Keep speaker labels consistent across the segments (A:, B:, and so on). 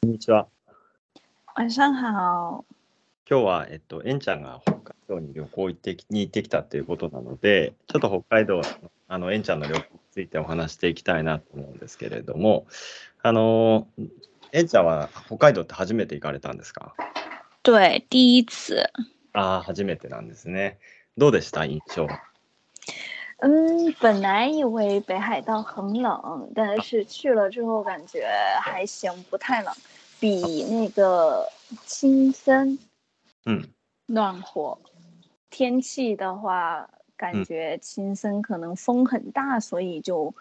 A: こんにちは。
B: 晚上好。
A: 今日は、えっと、えんちゃんが北海道に旅行行ってきに行ってきたということなので、ちょっと北海道の、あの、えんちゃんの旅行についてお話していきたいなと思うんですけれども、あの、えんちゃんは北海道って初めて行かれたんですか
B: 对，第一次，
A: ああ、初めてなんですね。どうでした印象。
B: 嗯，本来以为北海道很冷，但是去了之后感觉还行，不太冷，比那个青森
A: うん。
B: 暖和。天气的话，感
A: 嗯
B: 觉青森可能风很大，所以就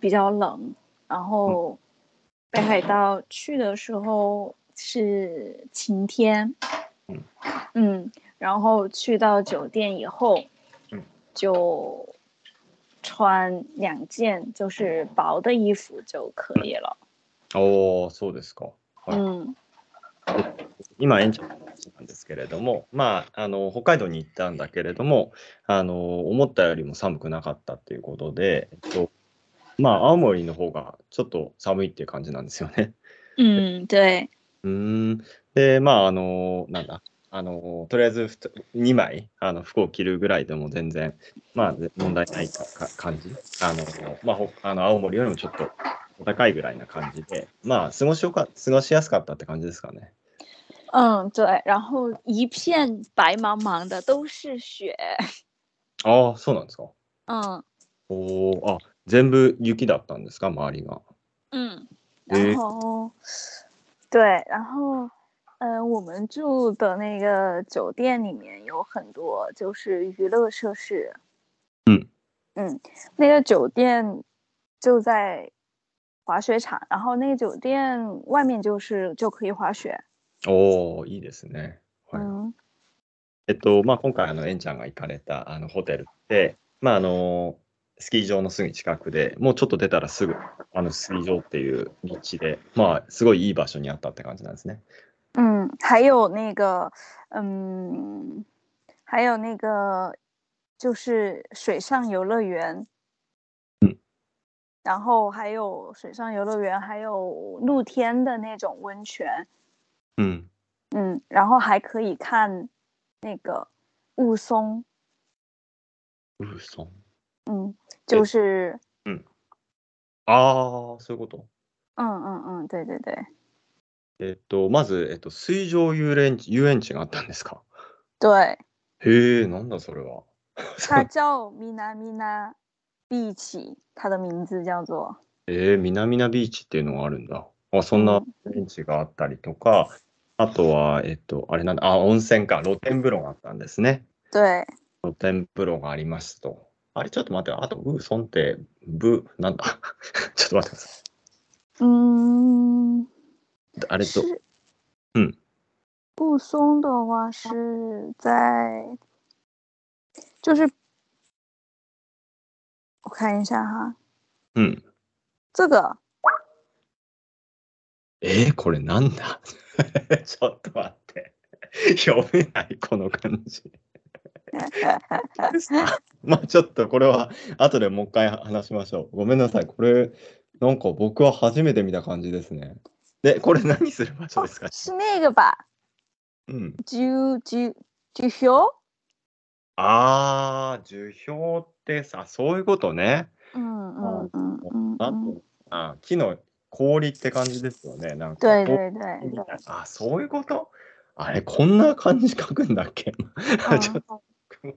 B: 比较冷。然
A: 嗯
B: 后 北海道去的时候是晴天
A: 嗯，
B: 嗯，然后去到酒店以后
A: 嗯，
B: 就穿两件就是薄的衣服就可以了。
A: おお、そうですか。はい
B: 嗯。
A: 今、園長の話なんですけれども、まあ、あの北海道に行ったんだけれどもあの、思ったよりも寒くなかったということで、えっとまあ、青森の方がちょっと寒いっていう感じなんですよね。
B: 嗯，对，
A: うーんで、まあ、あの、なんだ、あの、とりあえずふと2枚あの服を着るぐらいでも全然、まあ、ぜ問題ないかか感じ。あの、まあほ、あの青森よりもちょっとお高いぐらいな感じで、まあ、過ごしよか過ごしやすかったって感じですかね。
B: 嗯对，然后一片白茫茫的都是雪，
A: ああ、そうなんですか。
B: 嗯
A: おお、あ、全部雪だったんですか、周りが。
B: 嗯，
A: 诶
B: 然后对，然后呃，我们住的那个酒店里面有很多就是娱乐设施，
A: 嗯
B: 嗯，那个酒店就在滑雪场，然后那个酒店外面就是就可以滑雪，
A: おお、いいですね。はい。
B: 嗯
A: えっと、まあ、今回、あの、えんちゃんが行かれた、あの、ホテルで、まあ、あの、スキー場のすぐ近くで、もうちょっと出たらすぐ、あの、スキー場っていう道で、まあ、すごいいい場所にあったって感じなんですね。
B: 嗯，还有那个，嗯，还有那个，就是水上游乐园，
A: 嗯，
B: 然后还有水上游乐园，还有露天的那种温泉，
A: うん。
B: 嗯，然后还可以看那个雾凇，
A: ウーソン。
B: 嗯，就是，
A: ああ、そういうこと。
B: 嗯嗯嗯，对对对
A: えっと、まず、えっと、水上遊園地遊園地があったんですか。
B: 对，
A: へえ、なんだそれは。
B: 它叫米娜米娜碧奇，它的名字叫做，
A: えー、みなみなビーチっていうのがあるんだ。あ、そん
B: う
A: なんベンチがあったりとか、あとは、えっと、あれなんだ、あ、温泉か、露天風呂があったんですね。
B: 对，
A: 露天風呂がありますと。あれ、ちょっと待って、あと、ウーソンって、ブ、なんだ ちょっと待ってくださ
B: 嗯。
A: い。あれと、
B: 是，
A: 嗯，
B: 雾凇的话是在，就是我看一下哈，
A: うん。
B: 这个
A: えー、これなんだ ちょっと待って。 読めない、この感じ。まあちょっとこれは後でもう一回話しましょう。ごめんなさい。これなんか僕は初めて見た感じですね。で、これ何する場所ですか、
B: 哦是那个吧？
A: うん、
B: 九九九九，
A: ああ、樹氷ってさ、そういうことね。
B: 嗯嗯嗯嗯
A: あ
B: 嗯，
A: とあ木の氷って感じですよね。なんか
B: 对
A: 氷
B: 对对
A: みたいな。あ、そういうことあれ、こんな感じ書くんだっけちょっ
B: 对，嗯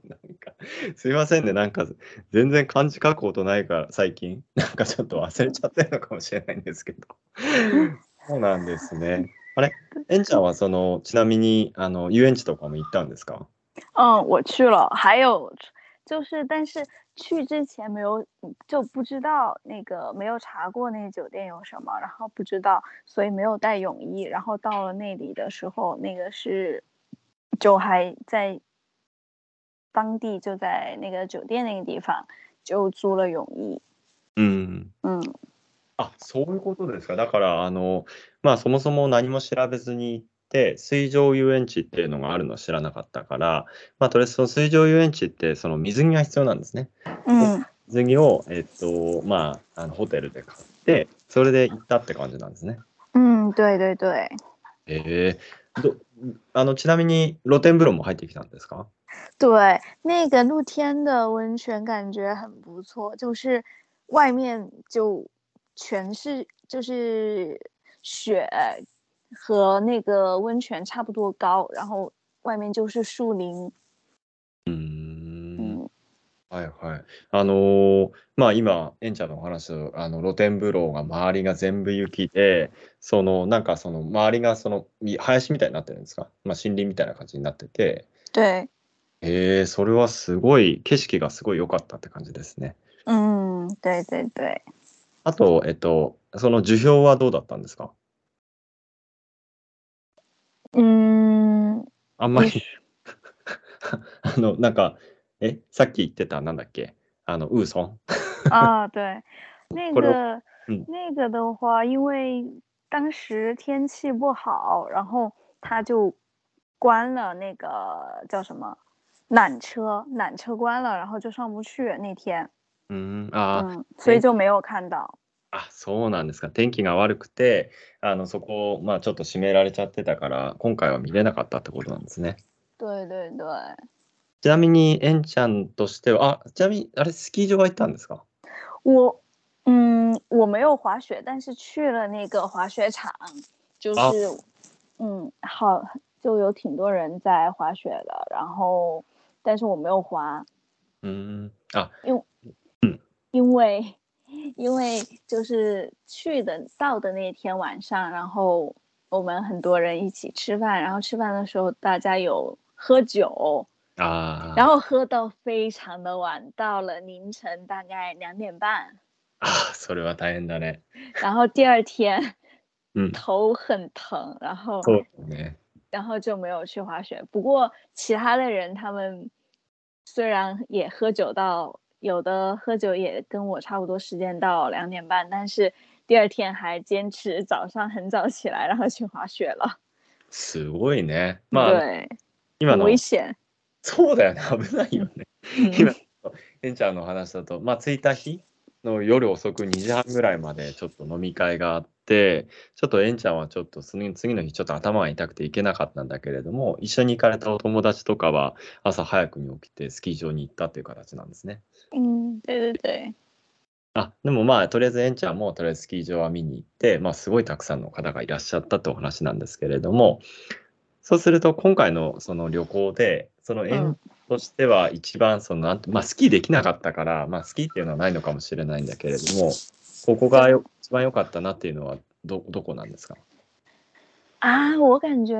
A: なんかすいませんね、なんか全然漢字書くことないから、最近、 なんかちょっと忘れちゃってるのかもしれないんですけど。そうなんですね。あれ、えんちゃんはその、ちなみにあの遊園地とかも行ったんですか
B: 嗯，我去了，还有就是，但是去之前没有就不知道那个没有查过那酒店有什么，然后不知道，所以没有带泳衣。然后到了那里的时候，那个是就还在当地就在那个酒店那个地方就租了泳衣。
A: うん。
B: 嗯
A: あ、そういうことですか。だから、あの、まあ、そもそも何も調べずに行って、水上遊園地っていうのがあるの知らなかったから、まあ、とりあえずその水上遊園地って、その水着が必要なんですね。
B: 嗯
A: 水着を、えっと、まあ、あのホテルで買って、それで行ったって感じなんですね。
B: 嗯，对对对，
A: ええどあのちなみに露天風呂も入ってきたんですか
B: 对，那个露天的温泉感觉很不错，就是外面就全是就是雪，和那个温泉差不多高，然后外面就是树林。
A: うーん
B: 嗯
A: はいはい。あのーまあ今、エンちゃんのお話を、あの露天風呂が周りが全部雪で、そのなんかその周りがそのみ林みたいになってるんですか、まあ、森林みたいな感じになってて、
B: 对，
A: えー、それはすごい、景色がすごい良かったって感じですね。
B: 嗯，对对对，
A: あと、えっと、その樹氷はどうだったんですか
B: 嗯，
A: あんま
B: よ
A: り
B: し
A: あの、なんか、え、さっき言ってた、なんだっけ、あの、ウーソン。
B: 啊，对，那
A: 或者
B: 个
A: 嗯
B: 那个的话，因为当时天气不好，然后他就关了那个叫什么缆车，缆车关了，然后就上不去那天，
A: うーん、あー、
B: 嗯，所以
A: 天
B: 就没有看到。
A: あ、そうなんですか。天気が悪くて、あのそこを、まあ、ちょっと閉められちゃってたから、今回は見れなかったってことなんですね。
B: 对对对，
A: ちなみに、エンちゃんとしては、あ、ちなみに、あれ、スキー場は行ったんですか
B: 我嗯我没有滑雪，但是去了那个滑雪场，就
A: 哦
B: 是、嗯好就有挺多人在滑雪的，然后但是我没有滑。
A: うーん。あ、
B: 因为因为就是去的到的那天晚上，然后我们很多人一起吃饭，然后吃饭的时候大家有喝酒，
A: あー
B: 然后喝到非常的晚，到了凌晨大概两点半，
A: あー、それは大変だね。
B: 然后第二天
A: うん。
B: 头很疼，然后
A: そうだね。
B: 然后就没有去滑雪。不过其他的人他们虽然也喝酒到，有的喝酒也跟我差不多时间到两点半，但是第二天还坚持早上很早起来，然后去滑雪了。
A: すごいね。まあ、
B: 对，
A: 今
B: 很
A: の、
B: 危险。
A: そうだよね。危ないよね。
B: 嗯
A: 今エンちゃんの話だと、まあ、着いた日の夜遅く2時半ぐらいまでちょっと飲み会があって、ちょっとエンちゃんはちょっと次次の日ちょっと頭が痛くて行けなかったんだけれども、一緒に行かれたお友達とかは朝早くに起きてスキー場に行ったという形なんですね。
B: 嗯，对对对，
A: あ、でもまあ、とりあえずエンちゃんもとりあえずスキー場は見に行って、まあ、すごいたくさんの方がいらっしゃったとお話なんですけれども、そうすると今回のその旅行で、そのエ
B: う
A: ン
B: ん
A: としては一番そのなんて、まあ、スキーできなかったから、まあ、スキーっていうのはないのかもしれないんだけれども、ここがよ一番良かったなっていうのはどどこなんですか
B: 啊，我感觉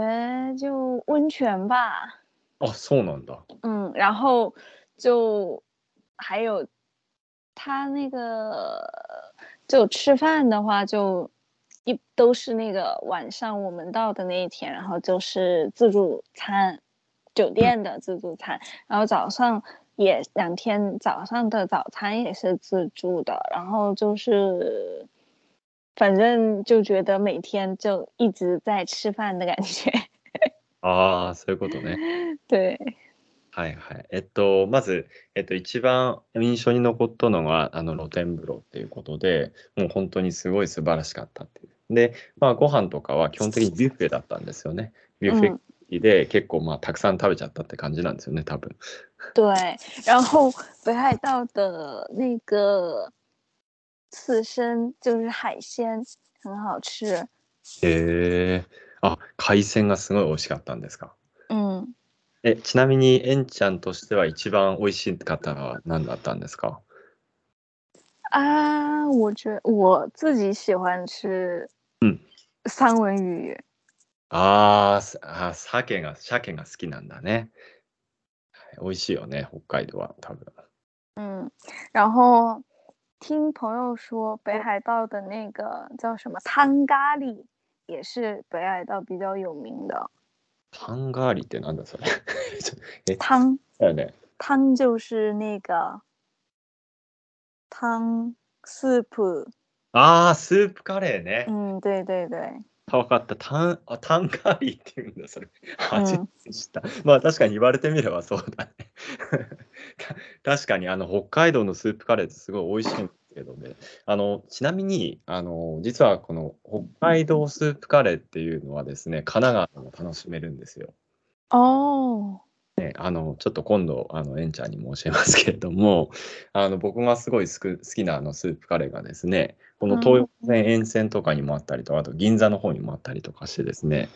B: 就温泉吧。
A: あ、そうなんだ。
B: 嗯，然后就还有他那个就吃饭的话就。一都是那个晚上我们到的那一天，然后就是自助餐，酒店的自助餐，然后早上也两天早上的早餐也是自助的，然后就是反正就觉得每天就一直在吃饭的感觉，
A: ああ、そういうことね。
B: 对，
A: はいはい。えっと、まず、えっと、一番印象に残ったのが、あの、露天風呂っていうことで、もう本当にすごい素晴らしかったっていう。で、まあ、ご飯とかは基本的にビュッフェだったんですよね。ビュッフ
B: 嗯
A: ェで結構、まあ、たくさん食べちゃったって感じなんですよね、多分。
B: 对，然后北海道的那个刺身就是海鲜，很好吃。
A: へえ。あ、海鮮がすごい美味しかったんですか。
B: 嗯，
A: え、ちなみに、えんちゃんとしては一番美味しかったのは何だったんですか
B: 啊，我觉我自己喜欢吃，
A: 嗯，
B: 三文鱼。
A: あーすあ、鮭が、鮭が好きなんだね。はい美味しいよね、北海道は、多分。
B: 嗯，然后听朋友说北海道的那个叫什么汤咖喱，也是北海道比较有名的
A: タンガーリってなんだそれ。 ちょえ、
B: 汤
A: だよね。
B: 汤就是那个汤 soup。
A: ああ、スープカレーね。
B: 嗯，对对对，
A: あわかった。タン、あ、タンガーリって言うんだ、それ。初
B: う
A: めて知った。まあ確かに言われてみれ ばそうだね。た確かに、あの、北海道のスープカレーってすごい美味しいんですけどね。あの、ちなみに、あの、実はこの北海道スープカレーっていうのはですね、神奈川でも楽しめるんですよ。
B: 哦，
A: ね、あのちょっと今度あのエンちゃんにも教えますけれどもあの僕がすごいすく好きなあのスープカレーがですねこの東横線沿線とかにもあったりとあと銀座の方にもあったりとかしてですね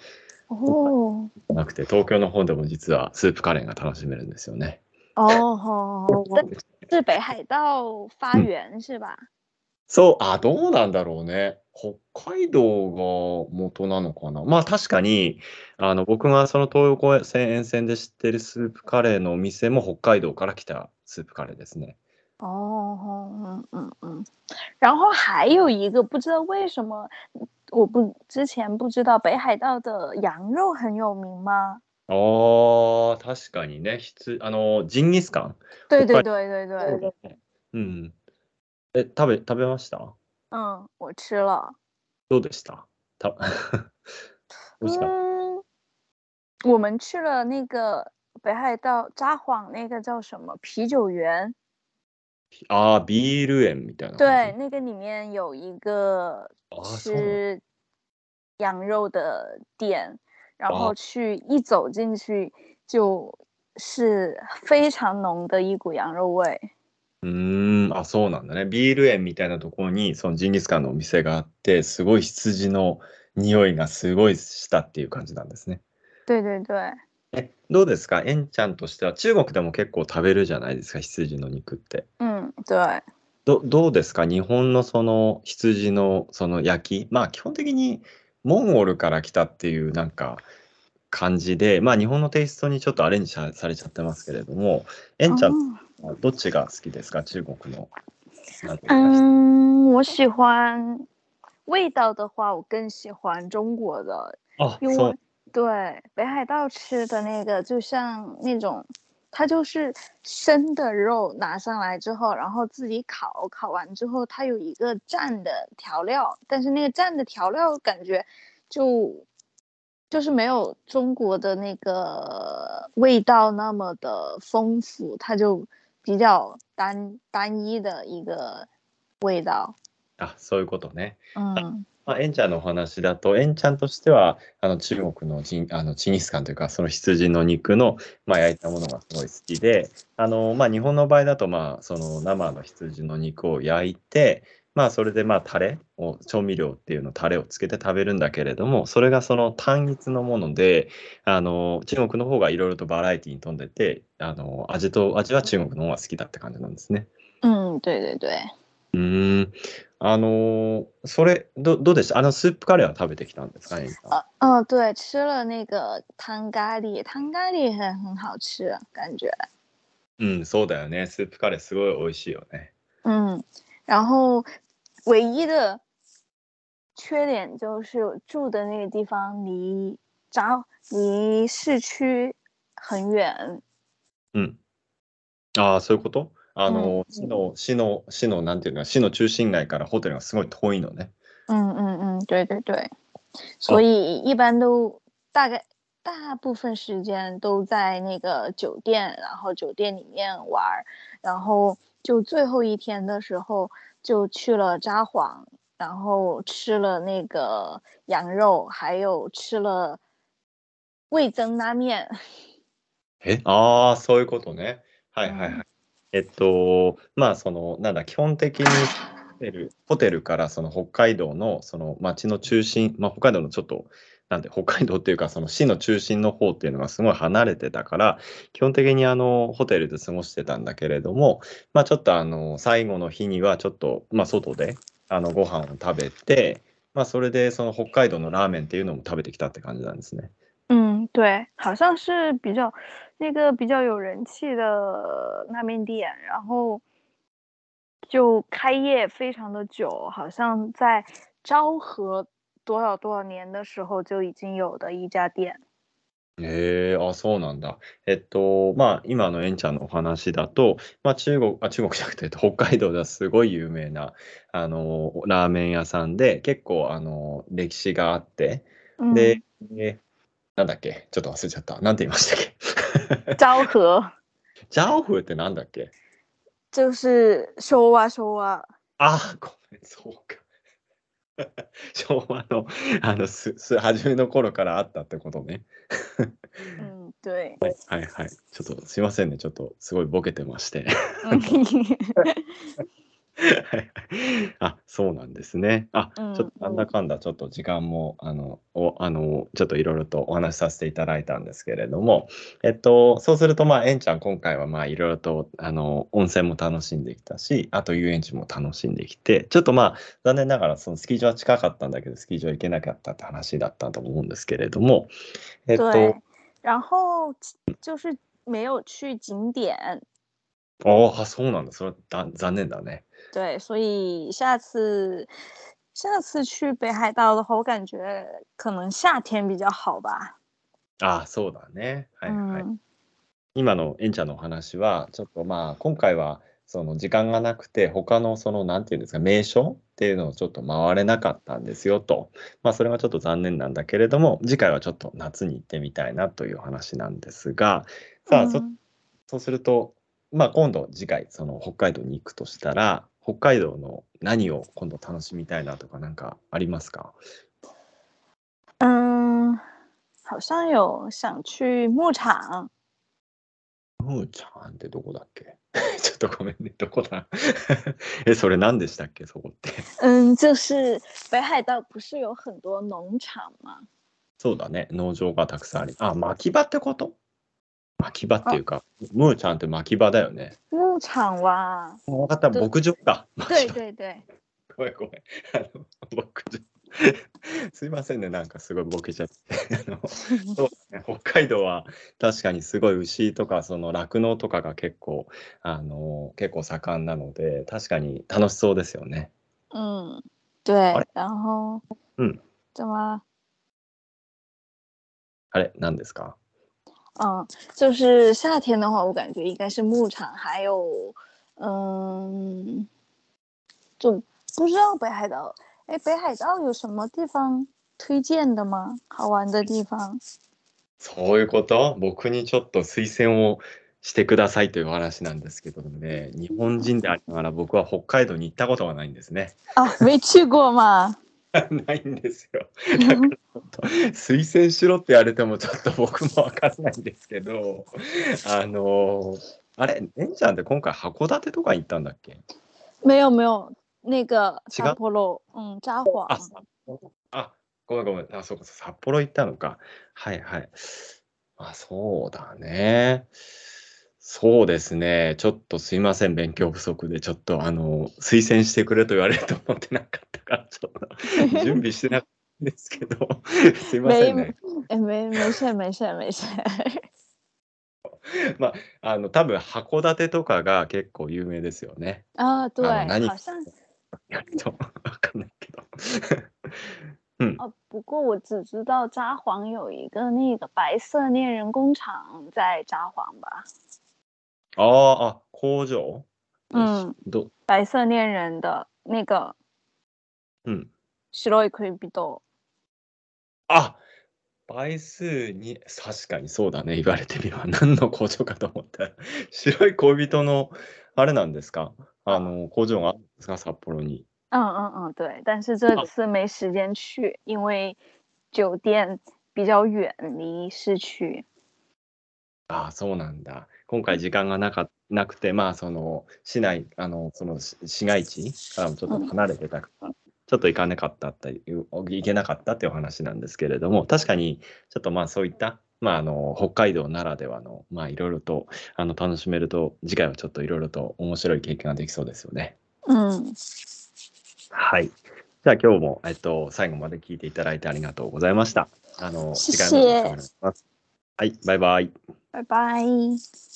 B: 哦，
A: なくて東京の方でも実はスープカレーが楽しめるんですよね。
B: 哦，好，是北海道发
A: 嗯
B: 源是吧？
A: そうあどうなんだろうね北海道が元なのかなまあ確かにあの僕がその東横線沿線で知ってるスープカレーのお店も北海道から来たスープカレーですね。
B: 哦，嗯嗯嗯，然后还有一个不知道为什么，我不之前不知道北海道的羊肉很有名吗？
A: ああ、確かにね。ひつあの、ジンギスカン。
B: 对
A: 北
B: 对
A: 海
B: 对对对，
A: うん。え、食べ、食べました
B: 嗯，我吃了，
A: どうでしたた どうした
B: 嗯，我们去了那个北海道札幌那个叫什么啤酒园，
A: ああ、ビール園みたいな
B: 对，
A: 感じ。
B: 那个里面有一个
A: ああ、そうなの。
B: 吃羊肉的店，然
A: 哇
B: 后去一走进去就是非常浓的一股羊肉味。
A: うーん、あ、そうなんだね。ビール園みたいなところに、そのジンギスカンのお店があって、すごい羊の匂いがすごいしたっていう感じなんですね。
B: 对对对，
A: え、どうですかエンちゃんとしては、中国でも結構食べるじゃないですか、羊の肉って。
B: 嗯，对，
A: どどうですか日本のその羊のその焼きまあ基本的にモンゴルから来たっていうなんか感じでまあ日本のテイストにちょっとアレンジさされちゃってますけれどもえんちゃん
B: 哦
A: はどっちが好きですか中国のなんていうか
B: 嗯，我喜欢味道的话，我更喜欢中国的，
A: あ
B: 因
A: そう
B: 为对北海道吃的那个，就像那种，它就是生的肉拿上来之后，然后自己烤，烤完之后它有一个蘸的调料，但是那个蘸的调料感觉就就是没有中国的那个味道那么的丰富，它就比较单单一的一个味道，
A: あそういうことね。
B: 嗯。
A: まあ、エンちゃんのお話だと、エンちゃんとしては、あの中国のジンあのチンギスカンというか、その羊の肉の、まあ、焼いたものがすごい好きで、あのまあ、日本の場合だと、まあ、その生の羊の肉を焼いて、まあ、それで、まあ、タレを、調味料っていうの、タレをつけて食べるんだけれども、それがその単一のもので、あの中国の方がいろいろとバラエティに富んでて、あの味と味は中国の方が好きだって感じなんですね。
B: 嗯，对对对，
A: うーん。あのーそれ、ど、どうでしたあの、スープカレーは食べてきたんですかね
B: 呃，嗯，对，吃了那个汤咖喱，汤咖喱很很好吃，感觉，
A: うん、そうだよね。スープカレーすごい美味しいよね。
B: 嗯，然后唯一的缺点就是住的那个地方离扎离市区很远，
A: うん。ああ、そういうことあの、
B: うん
A: 市の、市の、市の、なんていうの、市の中心街からホテルがすごい遠いのね。
B: 嗯嗯嗯，对对对，所以一般都大概大部分时间都在那个酒店，然后酒店里面玩儿，然后就最后一天的时候就去了札幌，然后吃了那个羊肉，还有吃了味增拉面。
A: えああ、そういうことね。はいはいはい。えっと、まあ、その、なんだ、基本的にホテル、ホテルからその北海道の、その町の中心、まあ、北海道のちょっと、なんで、北海道っていうか、その市の中心の方っていうのがすごい離れてたから、基本的にあの、ホテルで過ごしてたんだけれども、まあ、ちょっとあの、最後の日には、ちょっと、まあ、外で、あの、ご飯を食べて、まあ、それで、その北海道のラーメンっていうのも食べてきたって感じなんですね。
B: 嗯，对，好像是比较那个比较有人气的拉面店，然后就开业非常的久，好像在昭和多少多少年的时候就已经有的一家店。
A: ええあ、そうなんだ。えっと、まあ、今のエンちゃんのお話だと、まあ、中国、あ、中国じゃなくて、北海道ではすごい有名な、あの、ラーメン屋さんで、結構、あの、歴史があって、
B: 嗯，
A: で、えなんだっけちょっと忘れちゃった。なんて言いましたっけ
B: 昭和
A: ジャオフってなんだっけ
B: 就是 show 啊 show 啊，
A: ああ、ごめん、そうか。 昭和のあのすす初めの頃からあったってことね。
B: 嗯，对，
A: はいはい。ちょっとすいませんね。ちょっとすごいボケてまして。
B: 嗯
A: はい あそうなんですね。あ
B: うん
A: ちょっとなんだかんだちょっと時間もあのおあのちょっといろいろとお話しさせていただいたんですけれども、えっと、そうするとまあえんちゃん今回はまあいろいろとあの温泉も楽しんできたしあと遊園地も楽しんできてちょっとまあ残念ながらそのスキー場は近かったんだけどスキー場行けなかったって話だったと思うんですけれども、えっと
B: 对，然后就是没有去景点，
A: ああそうなんだそれはだ残念だね。
B: 对，所以下次下次去北海道的话，我感觉可能夏天比较好吧。
A: ああそうだね。はいはい。
B: 嗯，
A: 今のエンちゃんのお話はちょっとまあ今回はその時間がなくて他のその何て言うんですか名所っていうのをちょっと回れなかったんですよとまあそれがちょっと残念なんだけれども次回はちょっと夏に行ってみたいなというお話なんですがさあそ
B: 嗯
A: そうするとまあ今度次回その北海道に行くとしたら北海道の何を今度楽しみたいなとかなんかありますか
B: 嗯，好像有想去牧场，
A: ムーちゃんってどこだっけ ちょっとごめんねどこだ えそれ何でしたっけそこって
B: 嗯，就是北海道不是有很多农场吗？
A: そうだね、農場がたくさんあり。あ、巻き場ってこと巻き場っていうか、ムーちゃんって巻き場だよね。
B: 牧场哇，
A: 分かった、
B: ど
A: 牧場 か。牧
B: 对
A: 場
B: 对对，
A: ごめんごめん。あの、牧場。 すいませんね、なんかすごいボケちゃって。あのそうだね、北海道は確かにすごい牛とかその酪農とかが結構あの結構盛んなので確かに楽しそうですよね。
B: 嗯，对
A: 嘞，
B: 然后
A: 嗯，
B: 怎么？
A: あれ何ですか
B: 嗯，就是夏天的话，我感觉应该是牧场，还有嗯，就不知道北海道，哎，北海道有什么地方推荐的吗？好玩的地方？
A: そういうこと僕にちょっと推薦をしてくださいというお話なんですけどね、日本人でありながら僕は北海道に行ったことがないんですね。
B: 啊，没去过吗？嗯
A: ないんですよ。推薦しろって言われてもちょっと僕もわからないんですけど、あのあれ、えんちゃんって今回函館とか行ったんだっけ
B: 没有没有，那个
A: 其他啊
B: 札幌，嗯，札幌，
A: あ、札幌あ、ごめんごめん。あ、そうか、札幌行ったのか。はいはい。あ、そうだね。そうですね。ちょっとすいません。勉強不足で、ちょっとあの、推薦してくれと言われると思ってなかったから、ちょっと準備してなかったんですけど、すいませんね。
B: 哎，没没事没事没事，
A: あの、多分函館とかが結構有名ですよね。
B: 啊，对
A: 啊那，你
B: 好像
A: やると、わかんないけど。
B: 哦，不过我只知道札幌有一个那个白色恋人工厂在札幌吧？
A: あーあ、工場
B: 嗯，
A: ど、
B: 白色恋人的那个
A: うん。
B: 白い恋人，
A: あ倍数に確かにそうだね言われてみれば 何の工場かと思ったら白い恋人のあれなんですかあの工場があるんですか札幌に
B: 嗯嗯嗯，对，但是这
A: 哦
B: 次没时间去，因为酒店比较远离市区。
A: ああそうなんだ今回時間がなかなくてまあその市内あのその市市街地からもちょっと離れてたから、ちょっと行かなかったっていう行けなかったっていうお話なんですけれども確かにちょっとまあそういった、まあ、あの北海道ならではのまあいろいろとあの楽しめると次回はちょっといろいろと面白い経験ができそうですよね。
B: 嗯，
A: はい。じゃあ今日も、えっと、最後まで聞いていただいてありがとうございました。あの、
B: 谢
A: 次回もよろしくお願い
B: 谢
A: します。はい、バイバイ。
B: 拜拜。